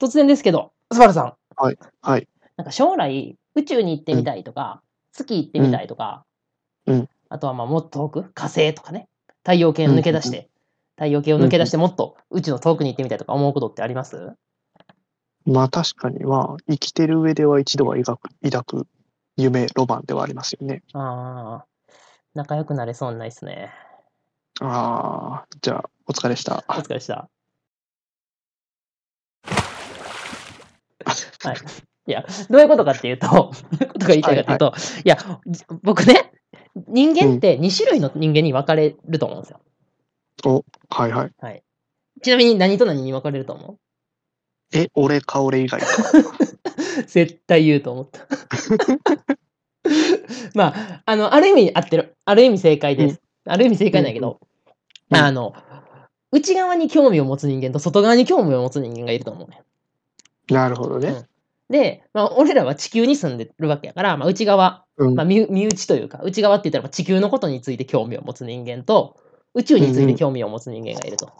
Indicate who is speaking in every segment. Speaker 1: 突然ですけど、スバルさん。
Speaker 2: はい。はい。
Speaker 1: なんか将来、宇宙に行ってみたいとか、月行ってみたいとか、
Speaker 2: うん
Speaker 1: あとはまあもっと遠く、火星とかね、太陽系を抜け出して、太陽系を抜け出してもっと宇宙の遠くに行ってみたいとか思うことってあります、
Speaker 2: まあ確かにまあ生きてる上では一度は抱く抱く夢ロマンではありますよね。
Speaker 1: ああ、仲良くなれそうにないですね。
Speaker 2: ああじゃあお疲れでした。
Speaker 1: お疲れで した。はい。いや、どういうことかっていうと、どういうことが言いたいかっていうと、いや、じ僕ね、人間って2種類の人間に分かれると思うんですよ。
Speaker 2: はいはい。
Speaker 1: ちなみに何と何に分かれると思う
Speaker 2: え俺か俺以外か。
Speaker 1: 絶対言うと思った。 まあ、あの、ある意味合ってる。ある意味正解です。ある意味正解なんやけど、
Speaker 2: うんうん
Speaker 1: あの、内側に興味を持つ人間と外側に興味を持つ人間がいると思うね。
Speaker 2: なるほどね。
Speaker 1: で、まあ、俺らは地球に住んでるわけやから、まあ、内側、
Speaker 2: うん。
Speaker 1: まあ、身身内というか、内側って言ったらまあ地球のことについて興味を持つ人間と、宇宙について興味を持つ人間がいると。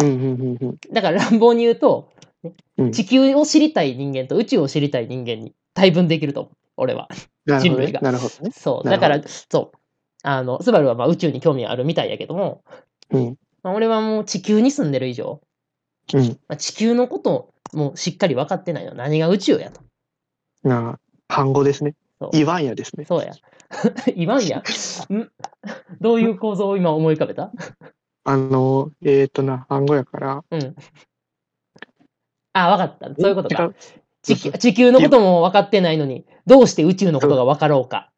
Speaker 2: うんうんうんうん。
Speaker 1: だから乱暴に言うと、ね
Speaker 2: うん
Speaker 1: 地球を知りたい人間と宇宙を知りたい人間に対分できると思う。俺は。
Speaker 2: なるほ
Speaker 1: 人
Speaker 2: ど
Speaker 1: 類
Speaker 2: ね
Speaker 1: が。
Speaker 2: なるほどね。
Speaker 1: そう、
Speaker 2: な
Speaker 1: だ
Speaker 2: る
Speaker 1: か
Speaker 2: ほど
Speaker 1: ら、そう、あの、スバルはまあ宇宙に興味あるみたいやけども、
Speaker 2: うん
Speaker 1: まあ、俺はもう地球に住んでる以上、
Speaker 2: うん。
Speaker 1: まあ、地球のこともしっかり分かってないの。何が宇宙やと。
Speaker 2: なあ単語ですね
Speaker 1: そう。
Speaker 2: 言わんやですね。
Speaker 1: そうや。 言わん や。んどういう構造を今思い浮かべた
Speaker 2: あのえっ、とな単語やから。
Speaker 1: うん。あ、分かった。そういうこと
Speaker 2: 違
Speaker 1: か
Speaker 2: う。
Speaker 1: 地球地球のことも分かってないのに、どうして宇宙のことが分かろうか。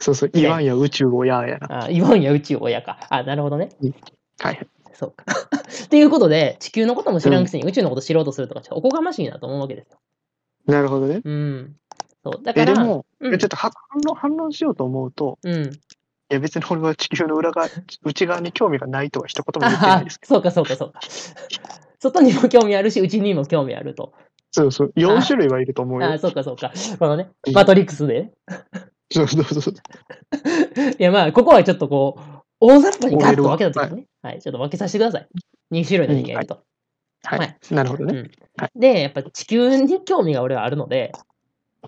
Speaker 2: そうそう
Speaker 1: ね
Speaker 2: 言わんや宇宙をやーやな。
Speaker 1: あ言わんや宇宙親か。あ、なるほどね。
Speaker 2: はいはい。
Speaker 1: そうか。 っていうことで、地球のことも知らんくせに宇宙のこと知ろうとするとか、ちょっとおこがましいなと思うわけですよ。
Speaker 2: なるほどね。
Speaker 1: うん。そう。だか
Speaker 2: え
Speaker 1: ら、
Speaker 2: でも、
Speaker 1: う
Speaker 2: ち
Speaker 1: ん
Speaker 2: ょっとは反論反論しようと思うと、
Speaker 1: うん。
Speaker 2: いや別に俺は地球の裏側、内側に興味がないとは一言も言って な
Speaker 1: あ
Speaker 2: いです。
Speaker 1: そうか、そうか、そうか。外にも興味あるし、うちにも興味あると。
Speaker 2: そうそう、4種類はいると思う
Speaker 1: あ
Speaker 2: よ
Speaker 1: あ、。そうか、そうか。このね
Speaker 2: う、ん
Speaker 1: マトリックスで。
Speaker 2: そうそうそう。
Speaker 1: いや、まあ、ここはちょっとこう、大雑把にガッと分けた
Speaker 2: 折
Speaker 1: 時
Speaker 2: れ
Speaker 1: にね、はい、ちょっと分けさせてください。2種類の人間いると。
Speaker 2: はい。
Speaker 1: はい
Speaker 2: なるほどね。
Speaker 1: で、やっぱ地球に興味が俺はあるので、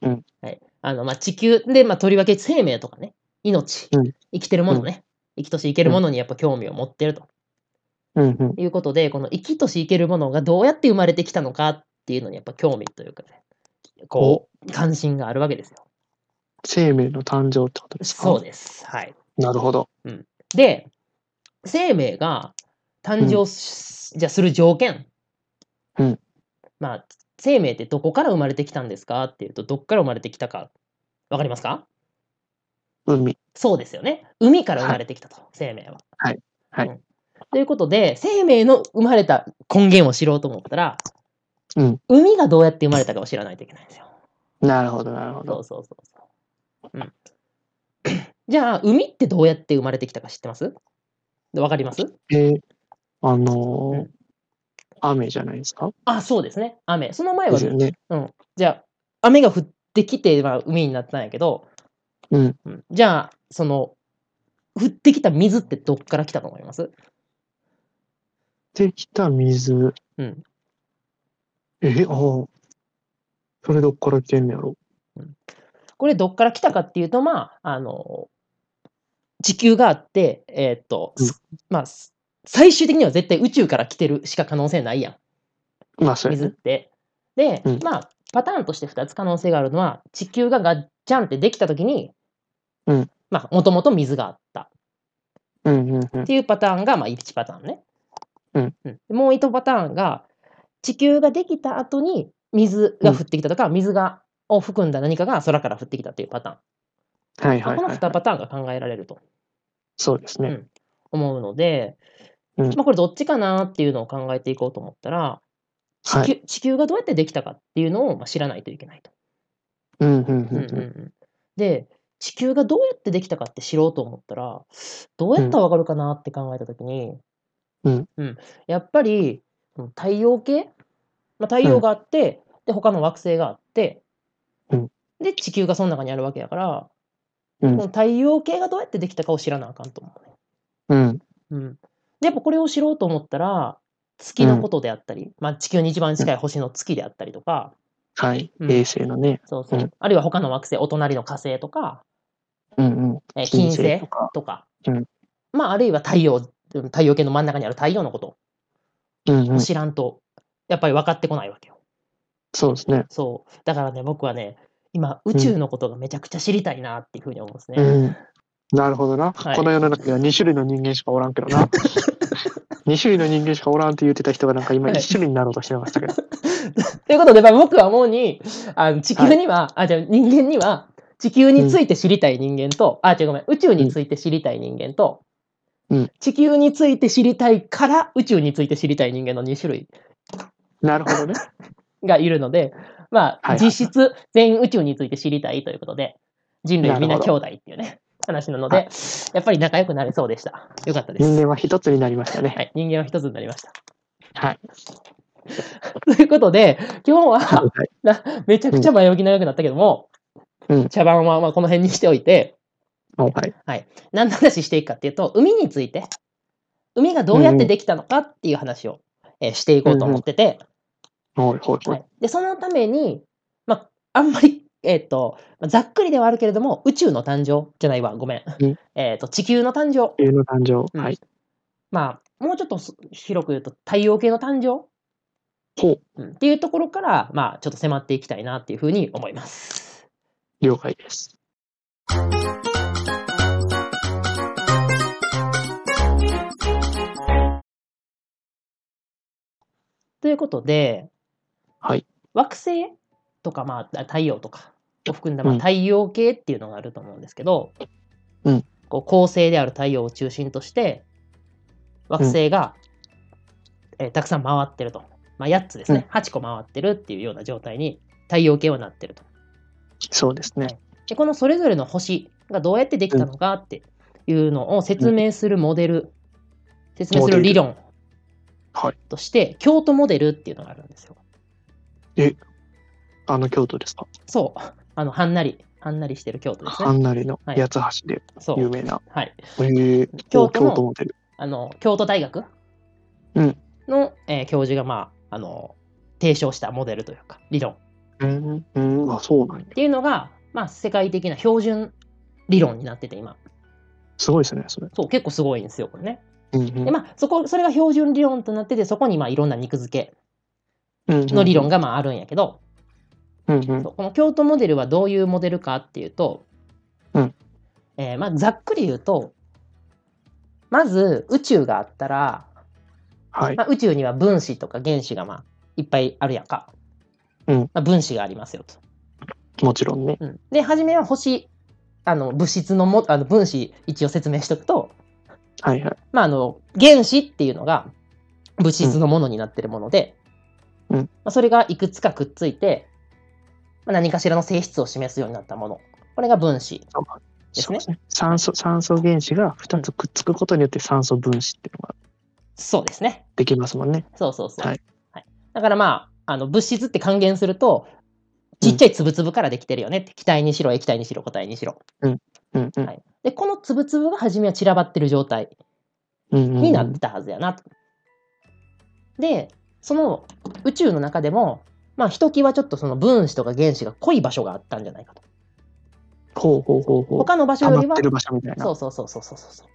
Speaker 2: うん
Speaker 1: はい、あのまあ地球で、まあ、とりわけ生命とかね、命、
Speaker 2: うん
Speaker 1: 生きてるものね、生きとし生けるものにやっぱ興味を持ってると
Speaker 2: うんうん。
Speaker 1: いうことで、この生きとし生けるものがどうやって生まれてきたのかっていうのにやっぱ興味というかね、こう、関心があるわけですよ。
Speaker 2: 生命の誕生ってことですか
Speaker 1: そうです。はい。
Speaker 2: なるほど。
Speaker 1: で、生命が誕生し、じゃあする条件。
Speaker 2: うん
Speaker 1: まあ、生命ってどこから生まれてきたんですかっていうと、どこから生まれてきたか、わかりますか
Speaker 2: 海。
Speaker 1: そうですよね。海から生まれてきたと、生命は。
Speaker 2: はいはい
Speaker 1: うんということで、生命の生まれた根源を知ろうと思ったら、
Speaker 2: うん
Speaker 1: 海がどうやって生まれたかを知らないといけないんですよ。
Speaker 2: なるほど、なるほ
Speaker 1: そ
Speaker 2: ど。
Speaker 1: うそうそうそう。うん、 じゃあ、海ってどうやって生まれてきたか知ってますわかります
Speaker 2: えー、あ
Speaker 1: う
Speaker 2: のー
Speaker 1: ん
Speaker 2: 雨じゃないですか
Speaker 1: あ、そうですね。雨。その前
Speaker 2: で
Speaker 1: は
Speaker 2: す、よね。
Speaker 1: うん。じゃあ、雨が降ってきて、まあ、海になったんやけど、
Speaker 2: うん。
Speaker 1: うんじゃあ、その、降ってきた水ってどっから来たと思います
Speaker 2: できた水。
Speaker 1: うん。
Speaker 2: え、ああ。それどっから来てんのやろ
Speaker 1: これどっから来たかっていうと、まあ、あの、地球があって、えーっと、
Speaker 2: うん
Speaker 1: すまあ、す最終的には絶対宇宙から来てるしか可能性ないやん。
Speaker 2: まあ、それ、
Speaker 1: 水っ
Speaker 2: ね。
Speaker 1: て。で、
Speaker 2: うん
Speaker 1: まあ、パターンとして2つ可能性があるのは、地球がガッチャンってできたときに、
Speaker 2: うん
Speaker 1: まあ、もともと水があった。
Speaker 2: うんうんうん
Speaker 1: っ。ていうパターンが、まあ、1パターンね。
Speaker 2: うん
Speaker 1: もう1パターンが地球ができた後に水が降ってきたとか、水がを含んだ何かが空から降ってきたというパターン、
Speaker 2: はいはい、
Speaker 1: まあ
Speaker 2: はい
Speaker 1: こ。の2パターンが考えられると
Speaker 2: そうですね。
Speaker 1: 思うので、
Speaker 2: うん
Speaker 1: まあ、これどっちかなっていうのを考えていこうと思ったら地球,、
Speaker 2: はい。
Speaker 1: 地球がどうやってできたかっていうのをまあ知らないといけないと。
Speaker 2: うんうんうん
Speaker 1: うん
Speaker 2: う。
Speaker 1: うんうんんで地球がどうやってできたかって知ろうと思ったらどうやったらわかるかなって考えた時に、
Speaker 2: うん
Speaker 1: やっぱりその太陽系、まあ、太陽があって、で他の惑星があって、
Speaker 2: うん
Speaker 1: で地球がその中にあるわけやから、
Speaker 2: う
Speaker 1: こ
Speaker 2: ん
Speaker 1: の太陽系がどうやってできたかを知らなあかんと思うね。
Speaker 2: うん。
Speaker 1: うん、でやっぱこれを知ろうと思ったら月のことであったり、まあ、地球に一番近い星の月であったりとか、
Speaker 2: はい。
Speaker 1: うん
Speaker 2: 衛星のね。
Speaker 1: そうそう、
Speaker 2: うん
Speaker 1: あるいは他の惑星、お隣の火星とか、
Speaker 2: うんうん。
Speaker 1: えー金
Speaker 2: 星
Speaker 1: 星
Speaker 2: とか。
Speaker 1: とか、
Speaker 2: うん
Speaker 1: まあ、あるいは太陽、太陽系の真ん中にある太陽のこと
Speaker 2: うんう
Speaker 1: を
Speaker 2: ん。
Speaker 1: 知らんと、やっぱり分かってこないわけよ。
Speaker 2: そうですね。
Speaker 1: そう。だからね、僕はね、今、宇宙のことがめちゃくちゃ知りたいなっていうふうに思うんですね。
Speaker 2: うん。なるほどな。
Speaker 1: はい
Speaker 2: この世の中には2種類の人間しかおらんけどな。2種類の人間しかおらんって言ってた人がなんか今
Speaker 1: はい
Speaker 2: 1種類になろうとしてましたけど。
Speaker 1: ということで、まあ、僕は思うに、あの地球には、あ、じゃあ人間には、地球について知りたい人間と、あ、違う、ごめん、宇宙について知りたい人間と、
Speaker 2: うん
Speaker 1: 地球について知りたいから宇宙について知りたい人間の2種類
Speaker 2: なるほどね。
Speaker 1: がいるので、ま
Speaker 2: はいは
Speaker 1: あ、
Speaker 2: い
Speaker 1: 実質全員宇宙について知りたいということで、人類みんな
Speaker 2: なるほ
Speaker 1: 兄
Speaker 2: ど
Speaker 1: 弟っていうね、話なの
Speaker 2: は
Speaker 1: で、やっぱり仲良くなれそうでした。よかったです。
Speaker 2: 人間は一つになりましたね。
Speaker 1: はい、人間は一つになりました。
Speaker 2: はい。
Speaker 1: ということで、今日は
Speaker 2: はいはい
Speaker 1: めちゃくちゃ前置き長くなったけども、
Speaker 2: うん
Speaker 1: 茶番はまあこの辺にしておいて、
Speaker 2: もうはい。
Speaker 1: 何の話していくかっていうと、海について、海がどうやってできたのかっていう話を、えーしていこうと思ってて、
Speaker 2: ほいほいほ。
Speaker 1: はいい、でそのために、まあ、あんまり、 えーっとまあざっくりではあるけれども、宇宙の誕生じゃないわ、ごめん、
Speaker 2: うん
Speaker 1: えーっと地球の誕生、
Speaker 2: 地球の誕生。
Speaker 1: うん
Speaker 2: はい。
Speaker 1: まあ、もうちょっとす広く言うと太陽系の誕生、
Speaker 2: ほう。
Speaker 1: うんっていうところから、まあ、ちょっと迫っていきたいなっていうふうに思います。
Speaker 2: 了解です。
Speaker 1: ということで、
Speaker 2: はい
Speaker 1: 惑星とか、まあ、太陽とかを含んだ、まあ、
Speaker 2: うん
Speaker 1: 太陽系っていうのがあると思うんですけど、
Speaker 2: うん
Speaker 1: こう恒星である太陽を中心として惑星が、えーたくさん回ってると、まあ、8つですね、8個回ってるっていうような状態に太陽系はなってると
Speaker 2: そうですね。
Speaker 1: でこのそれぞれの星がどうやってできたのかっていうのを説明するモデル、説明する理論
Speaker 2: はい
Speaker 1: として、京都モデルっていうのがあるんですよ。
Speaker 2: あの京都ですか。
Speaker 1: そう。あの、はんなり、はんなりしてる京都です
Speaker 2: は
Speaker 1: ね。
Speaker 2: んなりの
Speaker 1: はい
Speaker 2: 八つ橋で
Speaker 1: そ
Speaker 2: 有
Speaker 1: う。
Speaker 2: 名な。
Speaker 1: はい。
Speaker 2: えー
Speaker 1: 京都の
Speaker 2: 京都モデル。
Speaker 1: あの、京都大学
Speaker 2: うん
Speaker 1: の、えー教授が、まあ、あの、提唱したモデルというか、理論っ
Speaker 2: うん。うん。あ、そうなんや。
Speaker 1: ていうのが、まあ、世界的な標準理論になってて、今。
Speaker 2: すごいですね、それ。
Speaker 1: そう、結構すごいんですよ、これね。
Speaker 2: うんう
Speaker 1: で、
Speaker 2: ん。
Speaker 1: まあ、そこ、それが標準理論となってて、そこに、まあ、いろんな肉付
Speaker 2: うんうん
Speaker 1: けの理論。が、まあ、あるんやけど、
Speaker 2: うんうん
Speaker 1: そ。うこの京都モデルはどういうモデルかっていうと、
Speaker 2: うん
Speaker 1: えーまあ、ざっくり言うとまず宇宙があったら、
Speaker 2: はい。
Speaker 1: まあ、宇宙には分子とか原子が、まあ、いっぱいあるやんか、
Speaker 2: うん
Speaker 1: まあ、分子がありますよと。
Speaker 2: もちろんね。
Speaker 1: うん、で初めは星あの物質のもあの分子一応説明しとくと、
Speaker 2: はいはい。
Speaker 1: まあ、あの原子っていうのが物質のものになってるもので、
Speaker 2: うん
Speaker 1: まあ、それがいくつかくっついて、まあ、何かしらの性質を示すようになったものこれが分子です
Speaker 2: そう
Speaker 1: ね
Speaker 2: ですね。酸素、酸素原子が2つくっつくことによって酸素分子っていうのが
Speaker 1: そうですね
Speaker 2: できますもんね。
Speaker 1: そうそうそう、
Speaker 2: はい
Speaker 1: はいだからまああの物質って還元するとちっちゃい粒々からできてるよねって、気体にしろ液体にしろ固体にしろ
Speaker 2: うんうん。
Speaker 1: はいでこの粒々が初めは散らばってる状態
Speaker 2: うんうん。
Speaker 1: になってたはずやなと。で、その宇宙の中でも、まあ、ひときわちょっとその分子とか原子が濃い場所があったんじゃないかと。
Speaker 2: ほうほうほうほう。
Speaker 1: 他の場所
Speaker 2: 溜
Speaker 1: より
Speaker 2: ま
Speaker 1: は
Speaker 2: って、る場所みたいな。
Speaker 1: そうそうそうそうそうそうそう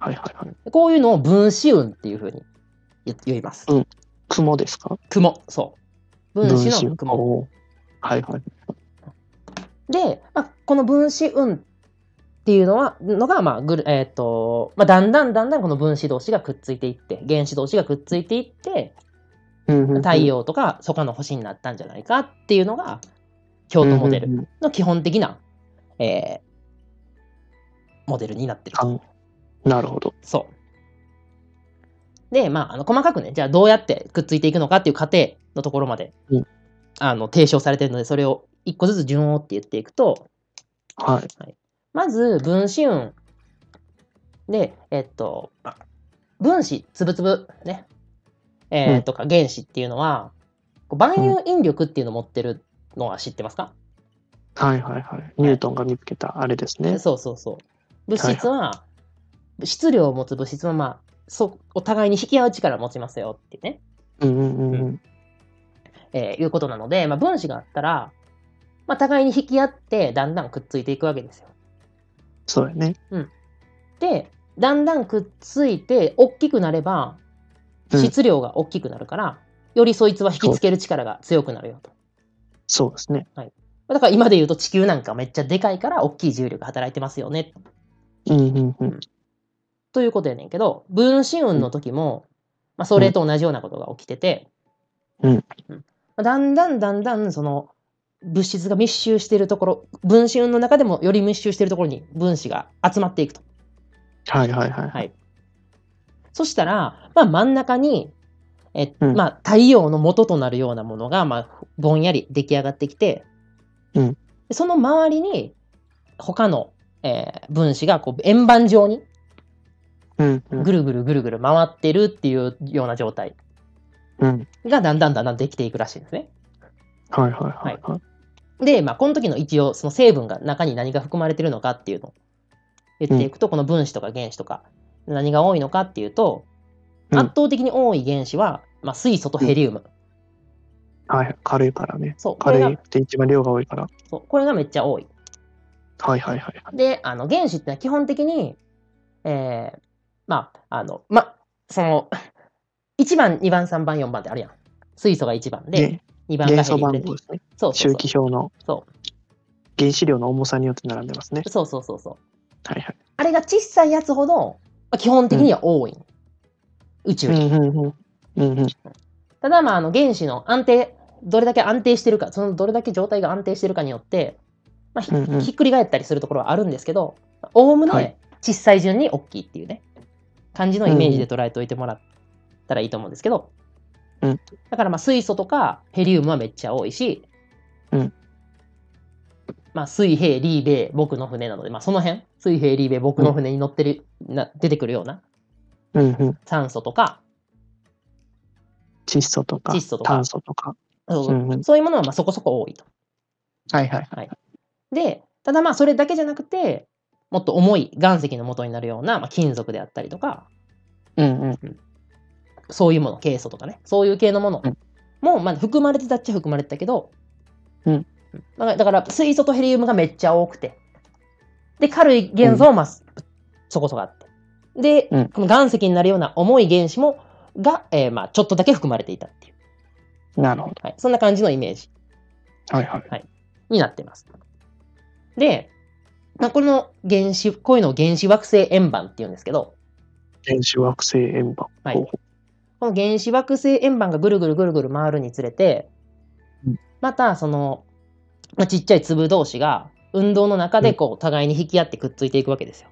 Speaker 2: はいはいはい。
Speaker 1: でこういうのを分子雲っていうふうに言言います。
Speaker 2: うん雲ですか
Speaker 1: 雲、そう。分子の
Speaker 2: 分
Speaker 1: 雲。
Speaker 2: おーはいはい。
Speaker 1: で、まあ、この分子雲っていうのは、のが、まあぐる、えっ、と、まあ、だんだんだんだんこの分子同士がくっついていって、原子同士がくっついていって、
Speaker 2: うんうんうん
Speaker 1: 太陽とか他の星になったんじゃないかっていうのが京都モデル
Speaker 2: うんうんうん
Speaker 1: の基本的な、えーモデルになってる
Speaker 2: あ。なるほど。
Speaker 1: そう。で、まあ、あの細かくね、じゃあどうやってくっついていくのかっていう過程のところまで、
Speaker 2: うん
Speaker 1: あの提唱されてるので、それを一個ずつ順を追って言っていくと、
Speaker 2: はい。
Speaker 1: まず分子雲で、えっと、あ分子、つぶつぶね、えー
Speaker 2: うん
Speaker 1: とか原子っていうのは、こう万有引力っていうのを持ってるのは知ってますか、
Speaker 2: はいはいはい。ニュートンが見つけたあれですね。
Speaker 1: そうそうそう。物質は、質量を持つ物質は、まあ、そう、お互いに引き合う力を持ちますよってね、
Speaker 2: うんうんうんうん。
Speaker 1: えーいうことなので、まあ、分子があったら、まあ、互いに引き合って、だんだんくっついていくわけですよ。
Speaker 2: そうやね。
Speaker 1: で、だんだんくっついて、大きくなれば、
Speaker 2: うん
Speaker 1: 質量が大きくなるから、よりそいつは引きつける力が強くなるよと。
Speaker 2: そうですね。
Speaker 1: だから今で言うと地球なんかめっちゃでかいから大きい重力働いてますよね。
Speaker 2: うんうんうん。
Speaker 1: ということやねんけど、分子運の時も、まあ、それと同じようなことが起きてて、
Speaker 2: うん
Speaker 1: うんまあだんだんだんだんその物質が密集しているところ、分子運の中でもより密集しているところに分子が集まっていくと。
Speaker 2: はいはいはい。
Speaker 1: はいそしたら、まあ、真ん中に、え
Speaker 2: うん
Speaker 1: まあ、太陽の元となるようなものが、まあ、ぼんやり出来上がってきて、
Speaker 2: うん
Speaker 1: でその周りに他の、えー分子がこう円盤状に
Speaker 2: うんうん
Speaker 1: ぐるぐるぐるぐる回ってるっていうような状態
Speaker 2: うん。
Speaker 1: がだんだんだんだんできていくらしいんですね。
Speaker 2: はいはいはいはい。
Speaker 1: で、まあ、この時の一応その成分が中に何が含まれてるのかっていうのを言っていくと、この分子とか原子とか何が多いのかっていうと、
Speaker 2: うん
Speaker 1: 圧倒的に多い原子は、まあ、水素とヘリウム、
Speaker 2: はいはい。軽いからね。
Speaker 1: そうこれ
Speaker 2: 軽
Speaker 1: が
Speaker 2: いって一番量が多いから。
Speaker 1: そうこれがめっちゃ多い。
Speaker 2: はいはいはいはい。
Speaker 1: であの原子ってのは基本的に、えーまああのまその1番2番3番4番ってあるやん水素が1番で
Speaker 2: ね、
Speaker 1: 2番が
Speaker 2: 元
Speaker 1: ヘ
Speaker 2: 素
Speaker 1: リウム
Speaker 2: 番
Speaker 1: で
Speaker 2: 号ですね。
Speaker 1: そうそう
Speaker 2: 周
Speaker 1: そう
Speaker 2: 期表の
Speaker 1: そ
Speaker 2: 原子量の重さによって並んでますね。
Speaker 1: そうそうそうそう
Speaker 2: はいはい。
Speaker 1: あれが小さいやつほどまあ基本的には多い、宇宙
Speaker 2: う
Speaker 1: に、
Speaker 2: んうんうん。うんうん。
Speaker 1: ただまああの原子の安定どれだけ安定してるかそのどれだけ状態が安定してるかによって、まあひ
Speaker 2: うんうん
Speaker 1: ひっくり返ったりするところはあるんですけどおおむ
Speaker 2: はい
Speaker 1: ね小さい順に大きいっていうね感じのイメージで捉えておいてもらったらいいと思うんですけど、
Speaker 2: うん
Speaker 1: だからまあ水素とかヘリウムはめっちゃ多いし、
Speaker 2: うん
Speaker 1: まあ、水平リーベイ僕の船なので、まあ、その辺水平リーベイ僕の船に乗ってる、な出てくるような
Speaker 2: うんうん。
Speaker 1: 酸素とか
Speaker 2: 窒素とか
Speaker 1: 窒素とか
Speaker 2: 炭素とか。
Speaker 1: そう
Speaker 2: うんうん
Speaker 1: そういうものはまあそこそこ多いと。
Speaker 2: はいはい。
Speaker 1: で、ただまあそれだけじゃなくて、もっと重い岩石の元になるような、まあ、金属であったりとか、
Speaker 2: うんうん。
Speaker 1: そういうもの、ケイ素とかね、そういう系のもの
Speaker 2: うん
Speaker 1: も、まあ、含まれてたっちゃ含まれてたけど、
Speaker 2: うん
Speaker 1: まあだから水素とヘリウムがめっちゃ多くて、で、軽い元素もまあ、そこそこあって、で、
Speaker 2: うん
Speaker 1: この岩石になるような重い原子も、が、えーまあちょっとだけ含まれていたっていう、
Speaker 2: なるほ
Speaker 1: はい、そんな感じのイメージ。
Speaker 2: ど。はいはい。
Speaker 1: になってます。で、まあ、この原子、こういうのを原子惑星円盤って言うんですけど、
Speaker 2: 原子惑星円盤。
Speaker 1: はい
Speaker 2: ほうほ
Speaker 1: この原子惑星円盤がぐるぐるぐるぐる回るにつれて
Speaker 2: うん、
Speaker 1: またその、まあ、ちっちゃい粒同士が運動の中でこう互いに引き合ってくっついていくわけですよ。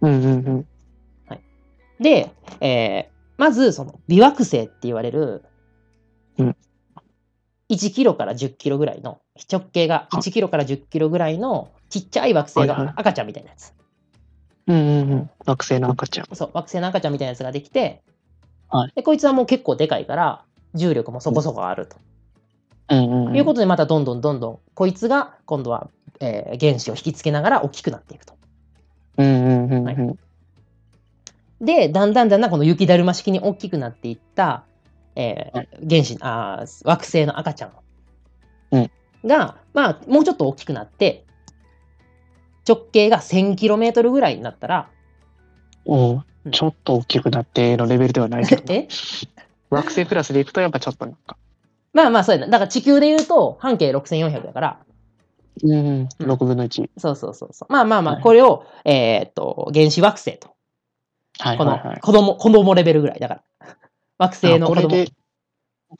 Speaker 2: ううんうんうん。
Speaker 1: で、えーまずその微惑星って言われる、
Speaker 2: うん
Speaker 1: 1キロから10キロぐらいの直径が1キロから10キロぐらいのちっちゃい惑星
Speaker 2: はいはい
Speaker 1: が赤ちゃんみたいなやつ。
Speaker 2: うんうんうん。惑星の赤ちゃん。
Speaker 1: そう、惑星の赤ちゃんみたいなやつができて、
Speaker 2: はい
Speaker 1: でこいつはもう結構でかいから、重力もそこそこあると、
Speaker 2: うんうん
Speaker 1: いうことで、またどんどんどんどん、こいつが今度は、えー原子を引きつけながら大きくなっていくと。
Speaker 2: うんうんうん
Speaker 1: はい
Speaker 2: うん。
Speaker 1: で、だんだんだんだんこの雪だるま式に大きくなっていった、えー
Speaker 2: は
Speaker 1: 原子あー、惑星の赤ちゃん
Speaker 2: うん
Speaker 1: が、まあ、もうちょっと大きくなって、直径が 1000km ぐらいになった ら、
Speaker 2: おう
Speaker 1: うん
Speaker 2: ちょっと大きくなってのレベルではない けど、
Speaker 1: え
Speaker 2: 惑星クラスでいくとやっぱちょっとなんか、
Speaker 1: まあまあそうやな。だから地球で言うと半径6400だから、
Speaker 2: うんうん、6分の1。
Speaker 1: そうそうそうそう。まあまあま
Speaker 2: は
Speaker 1: あ、
Speaker 2: い
Speaker 1: これを、えーっと、原子惑星と。
Speaker 2: はい
Speaker 1: この
Speaker 2: はいはい。
Speaker 1: 子供、子供レベルぐらいだから。惑星の
Speaker 2: あ
Speaker 1: 子
Speaker 2: これ
Speaker 1: 供
Speaker 2: で。、こ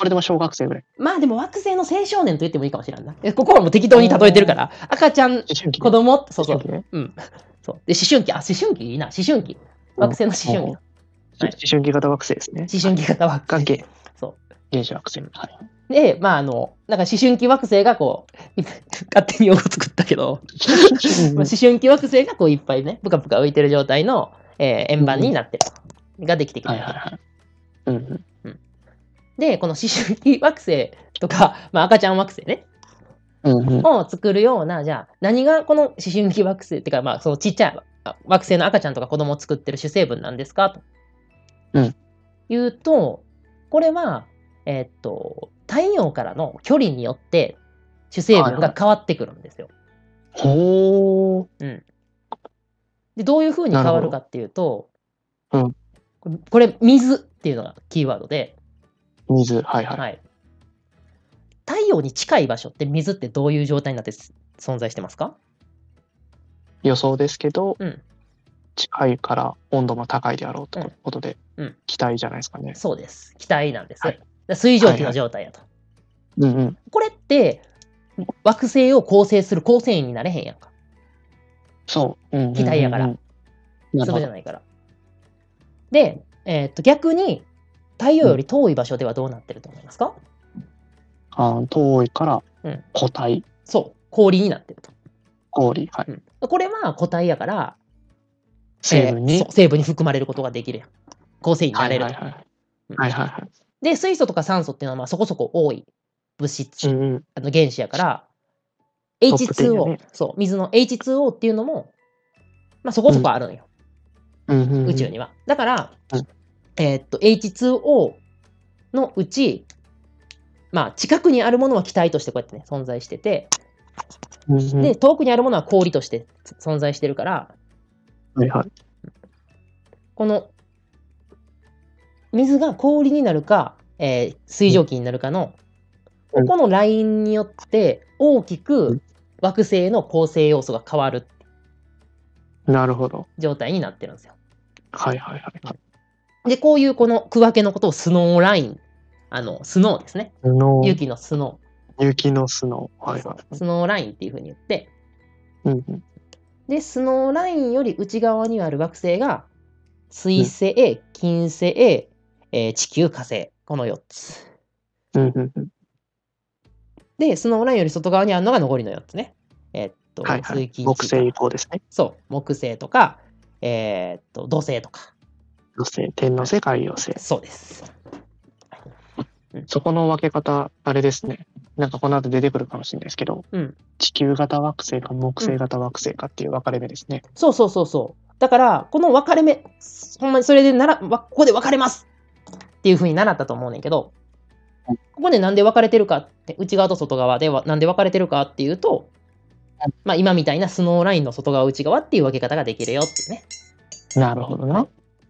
Speaker 2: れでも小学生ぐらい。
Speaker 1: まあでも惑星の青少年と言ってもいいかもしれんな。えここはもう適当に例えてるから、赤ちゃん、
Speaker 2: 思春期
Speaker 1: 子供、そうそう
Speaker 2: 思。春期ね
Speaker 1: そうで、思春期、あ、思春期いいな、思春期。惑星の思
Speaker 2: うん
Speaker 1: 春期。
Speaker 2: 思春期型惑星ですね。
Speaker 1: 思春期型惑
Speaker 2: 関
Speaker 1: 星。
Speaker 2: 係。
Speaker 1: そう
Speaker 2: 原子惑星。はい。
Speaker 1: で、まああの、なんか思春期惑星がこう、 勝手に用語作ったけど、 まあ思春期惑星がこういっぱいね、ぷかぷか浮いてる状態の、えー円盤になってる。ができてき
Speaker 2: はいはい
Speaker 1: た。
Speaker 2: はい。うんうん。
Speaker 1: で、この思春期惑星とか、まあ、赤ちゃん惑星ね、
Speaker 2: うんうん。
Speaker 1: を作るような、じゃあ、何がこの思春期惑星っていうか、まあ、そのちっちゃいあ惑星の赤ちゃんとか子供を作ってる主成分なんですかと
Speaker 2: うん
Speaker 1: 言うと、これは、えっと、太陽からの距離によって主成分が変わってくるんですよ。
Speaker 2: ほー。
Speaker 1: で、どういうふうに変わるかっていうと、
Speaker 2: なるほ
Speaker 1: これこれ、水っていうのがキーワードで、
Speaker 2: 水。はいはい。
Speaker 1: はい。太陽に近い場所って水ってどういう状態になってす存在してますか
Speaker 2: 予想ですけど、
Speaker 1: うん
Speaker 2: 近いから温度も高いであろうということで、
Speaker 1: うんうん
Speaker 2: 期待じゃないですかね。
Speaker 1: そうです。気体なんです。
Speaker 2: はい
Speaker 1: で水蒸気の状態やと。
Speaker 2: うんうん。
Speaker 1: これって、惑星を構成する構成員になれへんやんか。
Speaker 2: そう。うんうんうんうん
Speaker 1: 気体やから
Speaker 2: なる
Speaker 1: 粒
Speaker 2: ほ
Speaker 1: じゃ
Speaker 2: ど。
Speaker 1: ないから。で、えーっと、逆に、太陽より遠い場所ではどうなってると思いますか、
Speaker 2: あー遠いか
Speaker 1: う
Speaker 2: ら
Speaker 1: ん
Speaker 2: 固体、
Speaker 1: そう、氷になってると。
Speaker 2: 氷、はい、
Speaker 1: うんこれは固体やから、
Speaker 2: 成分に、
Speaker 1: えーそう成分に含まれることができるやん。構成員に
Speaker 2: は
Speaker 1: なれ
Speaker 2: い
Speaker 1: る
Speaker 2: は
Speaker 1: と
Speaker 2: いはい。
Speaker 1: うん
Speaker 2: はいはいはい。
Speaker 1: で、水素とか酸素っていうのはまあそこそこ多い物質、
Speaker 2: うんうん。
Speaker 1: あの原子やから、
Speaker 2: ップ10
Speaker 1: H2O、
Speaker 2: よね
Speaker 1: そう、水の H2O っていうのも、まあそこそこあるのよ、
Speaker 2: うんうんうん
Speaker 1: 宇宙には。だから、
Speaker 2: うん
Speaker 1: えーっと、H2O のうち、まあ近くにあるものは気体としてこうやってね、存在してて、
Speaker 2: うんうん
Speaker 1: で、遠くにあるものは氷として存在してるから、
Speaker 2: はいはい。
Speaker 1: この、水が氷になるか、えー水蒸気になるかの、
Speaker 2: う
Speaker 1: こ
Speaker 2: ん
Speaker 1: このラインによって大き
Speaker 2: う
Speaker 1: く惑星の構成要素が変わる
Speaker 2: なるほど。
Speaker 1: 状態になってるんですよ。
Speaker 2: はいはいはい。
Speaker 1: で、こういうこの区分けのことをスノーライン、あの、スノーですね。
Speaker 2: スノー
Speaker 1: 雪のスノ
Speaker 2: 雪のスノー。
Speaker 1: ー。
Speaker 2: はいは
Speaker 1: スノーラインっていうふうに言って、
Speaker 2: い。うんうん。
Speaker 1: で、スノーラインより内側にある惑星が、水星、金星、えー地球、火星。この4つ。
Speaker 2: うんうんうん。
Speaker 1: で、スノーラインより外側にあるのが残りの4つね。えーっと、
Speaker 2: はいは
Speaker 1: 水
Speaker 2: い。
Speaker 1: 金地
Speaker 2: 木星以降ですね。
Speaker 1: そう、木星とか、えーっと、土星とか。
Speaker 2: 土星、天王星、海洋星。
Speaker 1: そうです。
Speaker 2: そこの分け方、あれですね。なんかこの後出てくるかもしれないですけど、
Speaker 1: うん
Speaker 2: 地球型惑星か木星型惑星かっていう分かれ目ですね。
Speaker 1: そうそうそうそう。だから、この分かれ目、ほんまにそれでなら、わここで分かれますっていうふうに習ったと思うねんけど、
Speaker 2: うん
Speaker 1: ここでなんで分かれてるかって、内側と外側ではなんで分かれてるかっていうと
Speaker 2: う、
Speaker 1: まあ今みたいなスノーラインの外側、内側っていう分け方ができるよっていうね。
Speaker 2: なるほどな。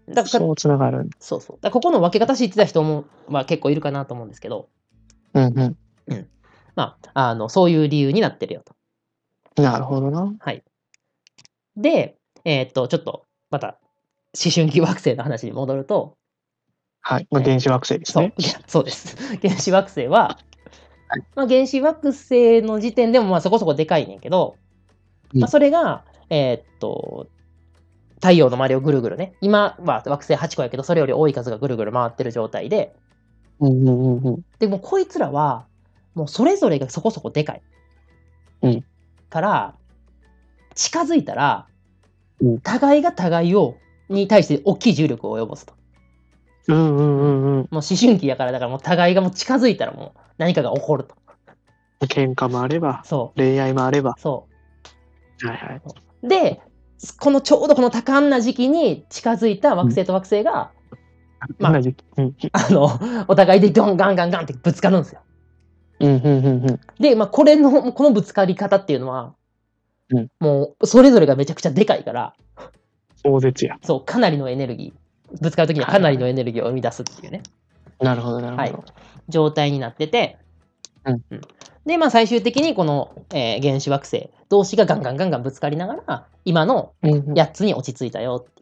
Speaker 1: だから、そう
Speaker 2: そうつながる。
Speaker 1: そうだからここの分け方知ってた人も、まあ、結構いるかなと思うんですけど、
Speaker 2: うんう
Speaker 1: まあ、あの、そういう理由になってるよと。
Speaker 2: ん。なるほどな。
Speaker 1: で、えーっと、ちょっと、また、思春期惑星の話に戻ると、
Speaker 2: はい。まあ、
Speaker 1: ね
Speaker 2: 原子惑星です
Speaker 1: そう
Speaker 2: ね。
Speaker 1: いや そうです。原始惑星は
Speaker 2: は、
Speaker 1: まあ、原始惑星の時点でもまあそこそこでかいねんけど、
Speaker 2: うん
Speaker 1: まあ、それが、えーっと、太陽の周りをぐるぐるね、今は惑星8個やけど、それより多い数がぐるぐる回ってる状態で、
Speaker 2: うんうんうんうん。
Speaker 1: でもうこいつらは、もうそれぞれがそこそこでかい。
Speaker 2: うん
Speaker 1: から、近づいたら
Speaker 2: うん、
Speaker 1: 互いが互いを、に対して大きい重力を及ぼすと。
Speaker 2: うんうんうんうん。
Speaker 1: もう思春期やから、だからもう互いがもう近づいたらもう何かが起こると。
Speaker 2: 喧嘩もあれば、
Speaker 1: そ
Speaker 2: 恋愛もあれば
Speaker 1: う、。そ
Speaker 2: はいはい。
Speaker 1: う。で、このちょうどこの多感な時期に近づいた惑星と惑星が、 まあ
Speaker 2: 同じ。うん
Speaker 1: あの、お互いでドンガンガンガンってぶつかるんですよ。
Speaker 2: うんうんうんうん。
Speaker 1: で、まあ、これの、このぶつかり方っていうのは、
Speaker 2: うん
Speaker 1: もう、それぞれがめちゃくちゃでかいから、
Speaker 2: 大絶や。
Speaker 1: そう、かなりのエネルギー、ぶつかるときにはかなりのエネルギーを生み出すっていうね、
Speaker 2: なるほどなるほど。
Speaker 1: 状態になってて、
Speaker 2: うん
Speaker 1: で、まあ、最終的にこの、えー原始惑星同士がガンガンガンガンぶつかりながら、今の
Speaker 2: うんうん
Speaker 1: 8つに落ち着いたよっ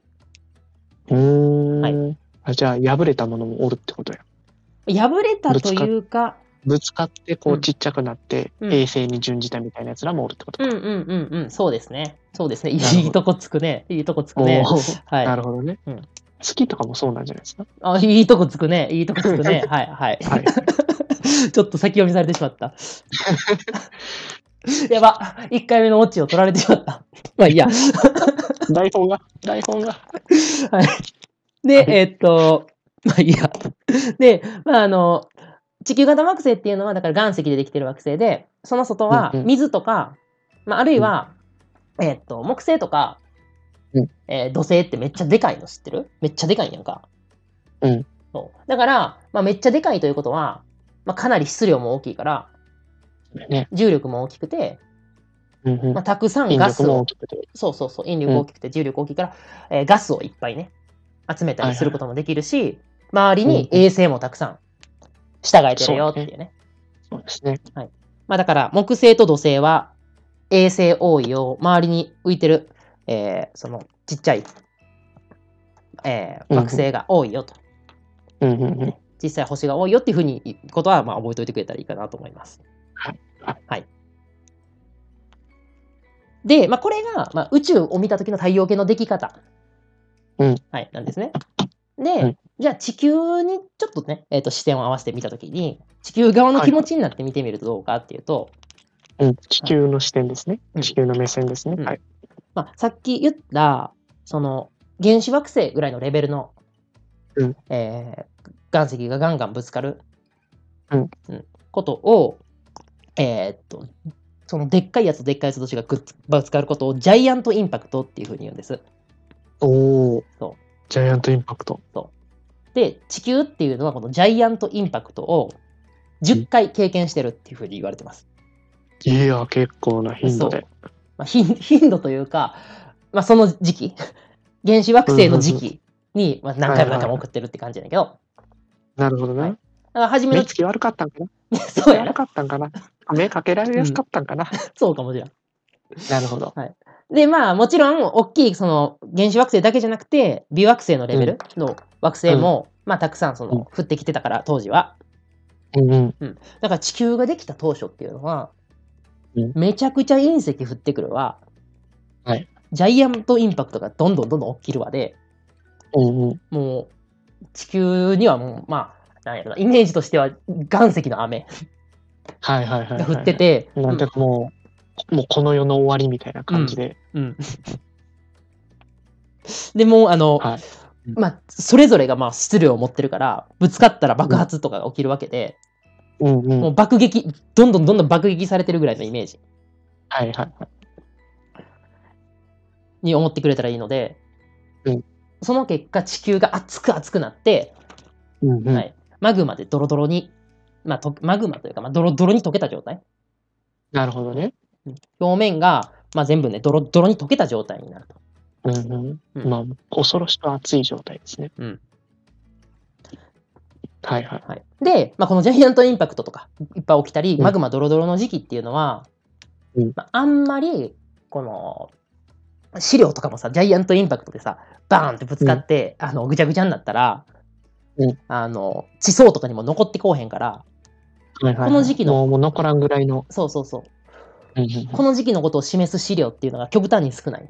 Speaker 1: ていう
Speaker 2: ーん。あじゃあ、破れたものもおるってことや。
Speaker 1: う。破れたというか、
Speaker 2: ぶつかって、こ
Speaker 1: う
Speaker 2: う、
Speaker 1: ん
Speaker 2: ちっちゃくなって、
Speaker 1: うん
Speaker 2: 衛星に準じたみたいなやつらもおるってこと
Speaker 1: う
Speaker 2: か
Speaker 1: んうんうんうん、そうですね。そうですね。い
Speaker 2: なるほど
Speaker 1: いとこつくね。いいとこつく
Speaker 2: お
Speaker 1: ね。
Speaker 2: ー
Speaker 1: はい
Speaker 2: な。るほどね、
Speaker 1: うん
Speaker 2: 月とかもそうなんじゃないですか。
Speaker 1: あ、いいとこつくね。いいとこつくね。はいはい。
Speaker 2: はい。
Speaker 1: ちょっと先読みされてしまった。 やば。1回目のオチを取られてしまった。まあいいや。
Speaker 2: 台本が、台本が。
Speaker 1: で、えーっと、 まあいいや。で、まああの、地球型惑星っていうのは、だから岩石でできてる惑星で、その外は
Speaker 2: うんうん
Speaker 1: 水とか、まあ、あるいは、えーっと、木星とか、
Speaker 2: うん
Speaker 1: えー土星ってめっちゃでかいの知ってるめっちゃでかいんやんか。
Speaker 2: うん
Speaker 1: そうだから、まあ、めっちゃでかいということは、まあ、かなり質量も大きいから、
Speaker 2: ね
Speaker 1: 重力も大きくて、
Speaker 2: うんうん
Speaker 1: まあ、たくさん
Speaker 2: 引
Speaker 1: ガス
Speaker 2: 力も
Speaker 1: を
Speaker 2: 大きくて。
Speaker 1: そうそうそう、引力大きくて重力大きいから、えーガスをいっぱいね、集めたりすることもできるし、周りに衛星もたくさん従えてるよっていうね。
Speaker 2: そうですね。
Speaker 1: まあだから、木星と土星は衛星多いよ、周りに浮いてる、えーそのちっちゃい、えー
Speaker 2: うんうん
Speaker 1: 惑星が多いよと、
Speaker 2: うんうんうん。
Speaker 1: 実際星が多いよっていうふうにことはまあ覚えておいてくれたらいいかなと思います。
Speaker 2: はい
Speaker 1: はい。で、まあ、これが、まあ、宇宙を見た時の太陽系のでき方、
Speaker 2: うん
Speaker 1: はい、なんですね。で、
Speaker 2: うん
Speaker 1: じゃあ地球にちょっとね、えー、と視点を合わせてみた時に地球側の気持ちになって見てみるとどうかっていうと、
Speaker 2: うん、地球の視点ですね
Speaker 1: う。ん
Speaker 2: 地球の目線ですね。
Speaker 1: うん
Speaker 2: はい。
Speaker 1: まあ、さっき言ったその原始惑星ぐらいのレベルの、
Speaker 2: うん
Speaker 1: えー岩石がガンガンぶつかる、
Speaker 2: うん
Speaker 1: ことを、えーっとそのでっかいやつとでっかいやつ同士がぐっつぶつかることをジャイアントインパクトっていうふうに言うんです。
Speaker 2: おお
Speaker 1: そ。
Speaker 2: ジャイアントインパクト。
Speaker 1: で地球っていうのはこのジャイアントインパクトを10回経験してるっていうふうに言われてます。
Speaker 2: いや、結構な頻度で。
Speaker 1: まあ、頻頻度というか、まあ、その時期原始惑星の時期に、まあ、何回も何回も送ってるって感じやねんけど、
Speaker 2: なるほど
Speaker 1: は
Speaker 2: ね
Speaker 1: い。だから初め
Speaker 2: 目
Speaker 1: の
Speaker 2: つき悪かったんかな
Speaker 1: そうや
Speaker 2: 悪
Speaker 1: な。
Speaker 2: かったんかな目かけられやすかったんかな、
Speaker 1: そうかもしれん。
Speaker 2: なるほど。
Speaker 1: で、まあ、もちろん、大きい、その、原始惑星だけじゃなくて、微惑星のレベルの惑星も、まあ、たくさん、そ
Speaker 2: うん
Speaker 1: の、降ってきてたから、当時は。
Speaker 2: うんうん。
Speaker 1: だから、地球ができた当初っていうのは
Speaker 2: うん、
Speaker 1: めちゃくちゃ隕石降ってくるわ。
Speaker 2: はい
Speaker 1: ジャイアントインパクトがどんどんどんどん起きるわで、
Speaker 2: うんうん。
Speaker 1: もう、地球にはもう、まあ、なんやろな、イメージとしては、岩石の雨
Speaker 2: はいはいはい、
Speaker 1: が
Speaker 2: はい。
Speaker 1: 降って。て、
Speaker 2: なんかもう、もうこの世の終わりみたいな感じで。
Speaker 1: うん。でもうあの、
Speaker 2: はいうん
Speaker 1: まあそれぞれがまあ質量を持ってるからぶつかったら爆発とかが起きるわけで、
Speaker 2: うんうん。
Speaker 1: も
Speaker 2: は
Speaker 1: う爆撃どんどんどんどん爆撃されてるぐらいのイメージ
Speaker 2: いはいはい。
Speaker 1: に思ってくれたらいいので、
Speaker 2: うん
Speaker 1: その結果地球が熱く熱くなって、
Speaker 2: うんうん。
Speaker 1: はいマグマでドロドロに、まあ、とマグマというか、まあ、ドロドロに溶けた状態
Speaker 2: なるほどね。
Speaker 1: 表面が、まあ、全部ねドロドロに溶けた状態になると。
Speaker 2: うんうん。
Speaker 1: うん
Speaker 2: まあ、恐ろしく熱い状態ですね。
Speaker 1: うん。
Speaker 2: はいはい。
Speaker 1: はい、で、まあ、この ジャイアントインパクトとかいっぱい起きたり、
Speaker 2: うん
Speaker 1: マグマドロドロの時期っていうのは、
Speaker 2: うん
Speaker 1: まあ、あんまりこの資料とかもさジャイアントインパクトでさバーンってぶつかって、あのぐちゃぐちゃになったら、
Speaker 2: うん
Speaker 1: あの地層とかにも残ってこうへんから
Speaker 2: はいはいはい
Speaker 1: この時期の
Speaker 2: もうもう残らんぐらいの。
Speaker 1: そうそうそう
Speaker 2: うんうん
Speaker 1: この時期のことを示す資料っていうのが極端に少ない。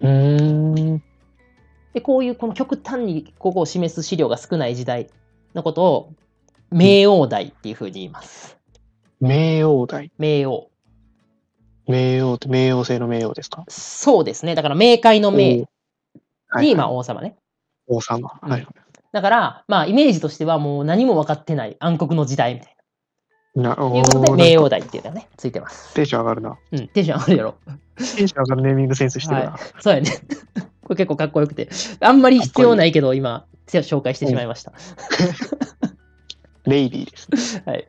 Speaker 2: うん。うーん。
Speaker 1: でこういうこの極端にここを示す資料が少ない時代のことを冥王代っていうふうに言います。
Speaker 2: 冥王大。
Speaker 1: 冥王。
Speaker 2: 冥王って冥王星の冥王ですか
Speaker 1: そうですね。だから冥界の冥
Speaker 2: おーはい
Speaker 1: に、
Speaker 2: はい
Speaker 1: まあ、王様ね。
Speaker 2: 王様。はいはい。
Speaker 1: だから、まあ、イメージとしてはもう何も分かってない暗黒の時代みたい
Speaker 2: なる
Speaker 1: な。いうことで、冥王代っていうのがね、ついてます。
Speaker 2: テンション上がるな。
Speaker 1: うん、テンション上がるやろ。
Speaker 2: テンション上がるネーミングセンスしてるな。
Speaker 1: はそうやね。 これ結構かっこよくて。あんまり必要ないけど、今、紹介してしまいま した。
Speaker 2: レイディーですね。
Speaker 1: はい。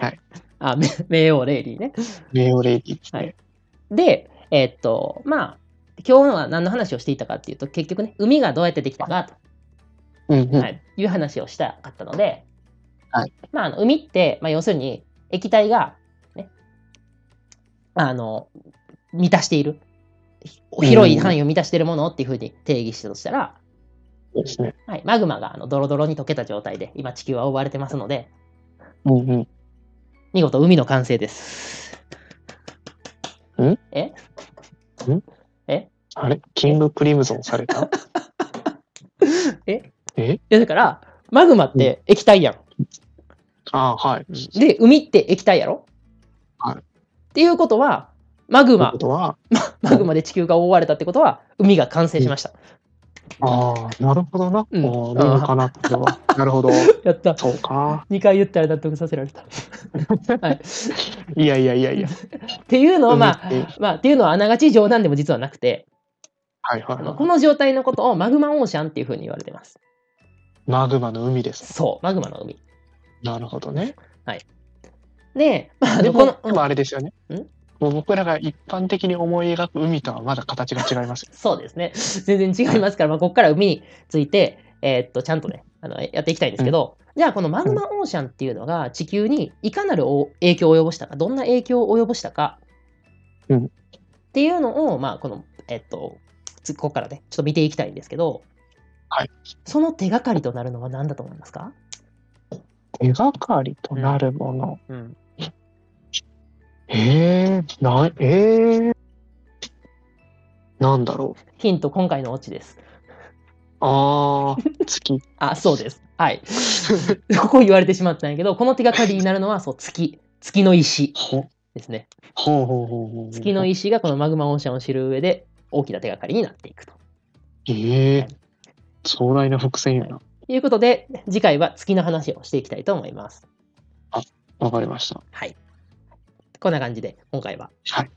Speaker 2: はい。
Speaker 1: あ、め冥王レイリーね。
Speaker 2: 名誉レイディーですね。
Speaker 1: はいで、えっと、まあ、今日は何の話をしていたかっていうと、結局ね、海がどうやってできたかと。
Speaker 2: うんうん。
Speaker 1: はい、いう話をしたかったので、
Speaker 2: はい
Speaker 1: まあ、あの海って、まあ、要するに液体が、ね、あの満たしているひ広い範囲を満たしているものっていうふうに定義したとしたら、
Speaker 2: そうですね。
Speaker 1: はい、マグマがあのドロドロに溶けた状態で今地球は覆われてますので
Speaker 2: うんうん。
Speaker 1: 見事海の完成です。
Speaker 2: ん
Speaker 1: え
Speaker 2: あれキングクリムゾンさ れた
Speaker 1: え
Speaker 2: え
Speaker 1: いやだからマグマって液体やん。
Speaker 2: ああ、はい。
Speaker 1: で海って液体やろ、
Speaker 2: はい
Speaker 1: っていうことはマグ
Speaker 2: という
Speaker 1: マ
Speaker 2: ことは、
Speaker 1: マグマで地球が覆われたってことは、海が完成しました。
Speaker 2: ああ、なるほどな。
Speaker 1: うん
Speaker 2: おーどうかなってのは。なるほど。
Speaker 1: やった。
Speaker 2: そうか。
Speaker 1: 2回言ったら納得させられた。はい、
Speaker 2: いやいやいやいや。
Speaker 1: っていうのを、まあ
Speaker 2: 海って、
Speaker 1: まあ、っていうのはあながち冗談でも実はなくて、
Speaker 2: はいは
Speaker 1: あ
Speaker 2: いは
Speaker 1: の
Speaker 2: い。
Speaker 1: この状態のことをマグマオーシャンっていうふうに言われてます。
Speaker 2: マグマの海です。
Speaker 1: そう、マグマの海。
Speaker 2: なるほどね。
Speaker 1: で、まあ、
Speaker 2: で
Speaker 1: この
Speaker 2: も、、でもあれですよね
Speaker 1: ん。
Speaker 2: もう僕らが一般的に思い描く海とはまだ形が違いますよ。
Speaker 1: そうですね。全然違いますから、まあ、ここから海について、えーっと、ちゃんとね、あの、やっていきたいんですけど、じゃあ、このマグマオーシャンっていうのが地球にいかなるお影響を及ぼしたか、どんな影響を及ぼしたか、
Speaker 2: うん
Speaker 1: っていうのを、まあ、この、えーっと、つここからね、ちょっと見ていきたいんですけど、
Speaker 2: はい
Speaker 1: その手がかりとなるのは何だと思いますか
Speaker 2: 手がかりとなるもの。
Speaker 1: うん。
Speaker 2: えー、な、えー、なんだろう。
Speaker 1: ヒント、今回のオチです。
Speaker 2: あー、月。
Speaker 1: あ、そうです。はい。 ここ言われてしまったんやけど、この手がかりになるのは、そう、月。月の石
Speaker 2: ほ、
Speaker 1: ですね。
Speaker 2: ほうほうほうほう。
Speaker 1: 月の石がこのマグマオーシャンを知る上で大きな手がかりになっていくと。
Speaker 2: えー、壮大な伏線やな。
Speaker 1: いうことで、次回は月の話をしていきたいと思います。
Speaker 2: わかりました。
Speaker 1: はい。こんな感じで、今回は、
Speaker 2: はい。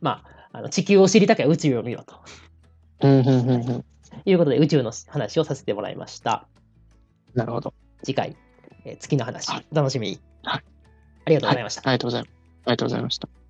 Speaker 1: まあ、あの地球を知りたきゃ宇宙を見ろと
Speaker 2: うん、うん、うん、うん。
Speaker 1: いうことで、宇宙の話をさせてもらいました。
Speaker 2: なるほど。
Speaker 1: 次回、えー月の話
Speaker 2: はい、
Speaker 1: お楽しみに。
Speaker 2: はい
Speaker 1: ありがとうございました。
Speaker 2: ありがとうございます。ありがとうございました。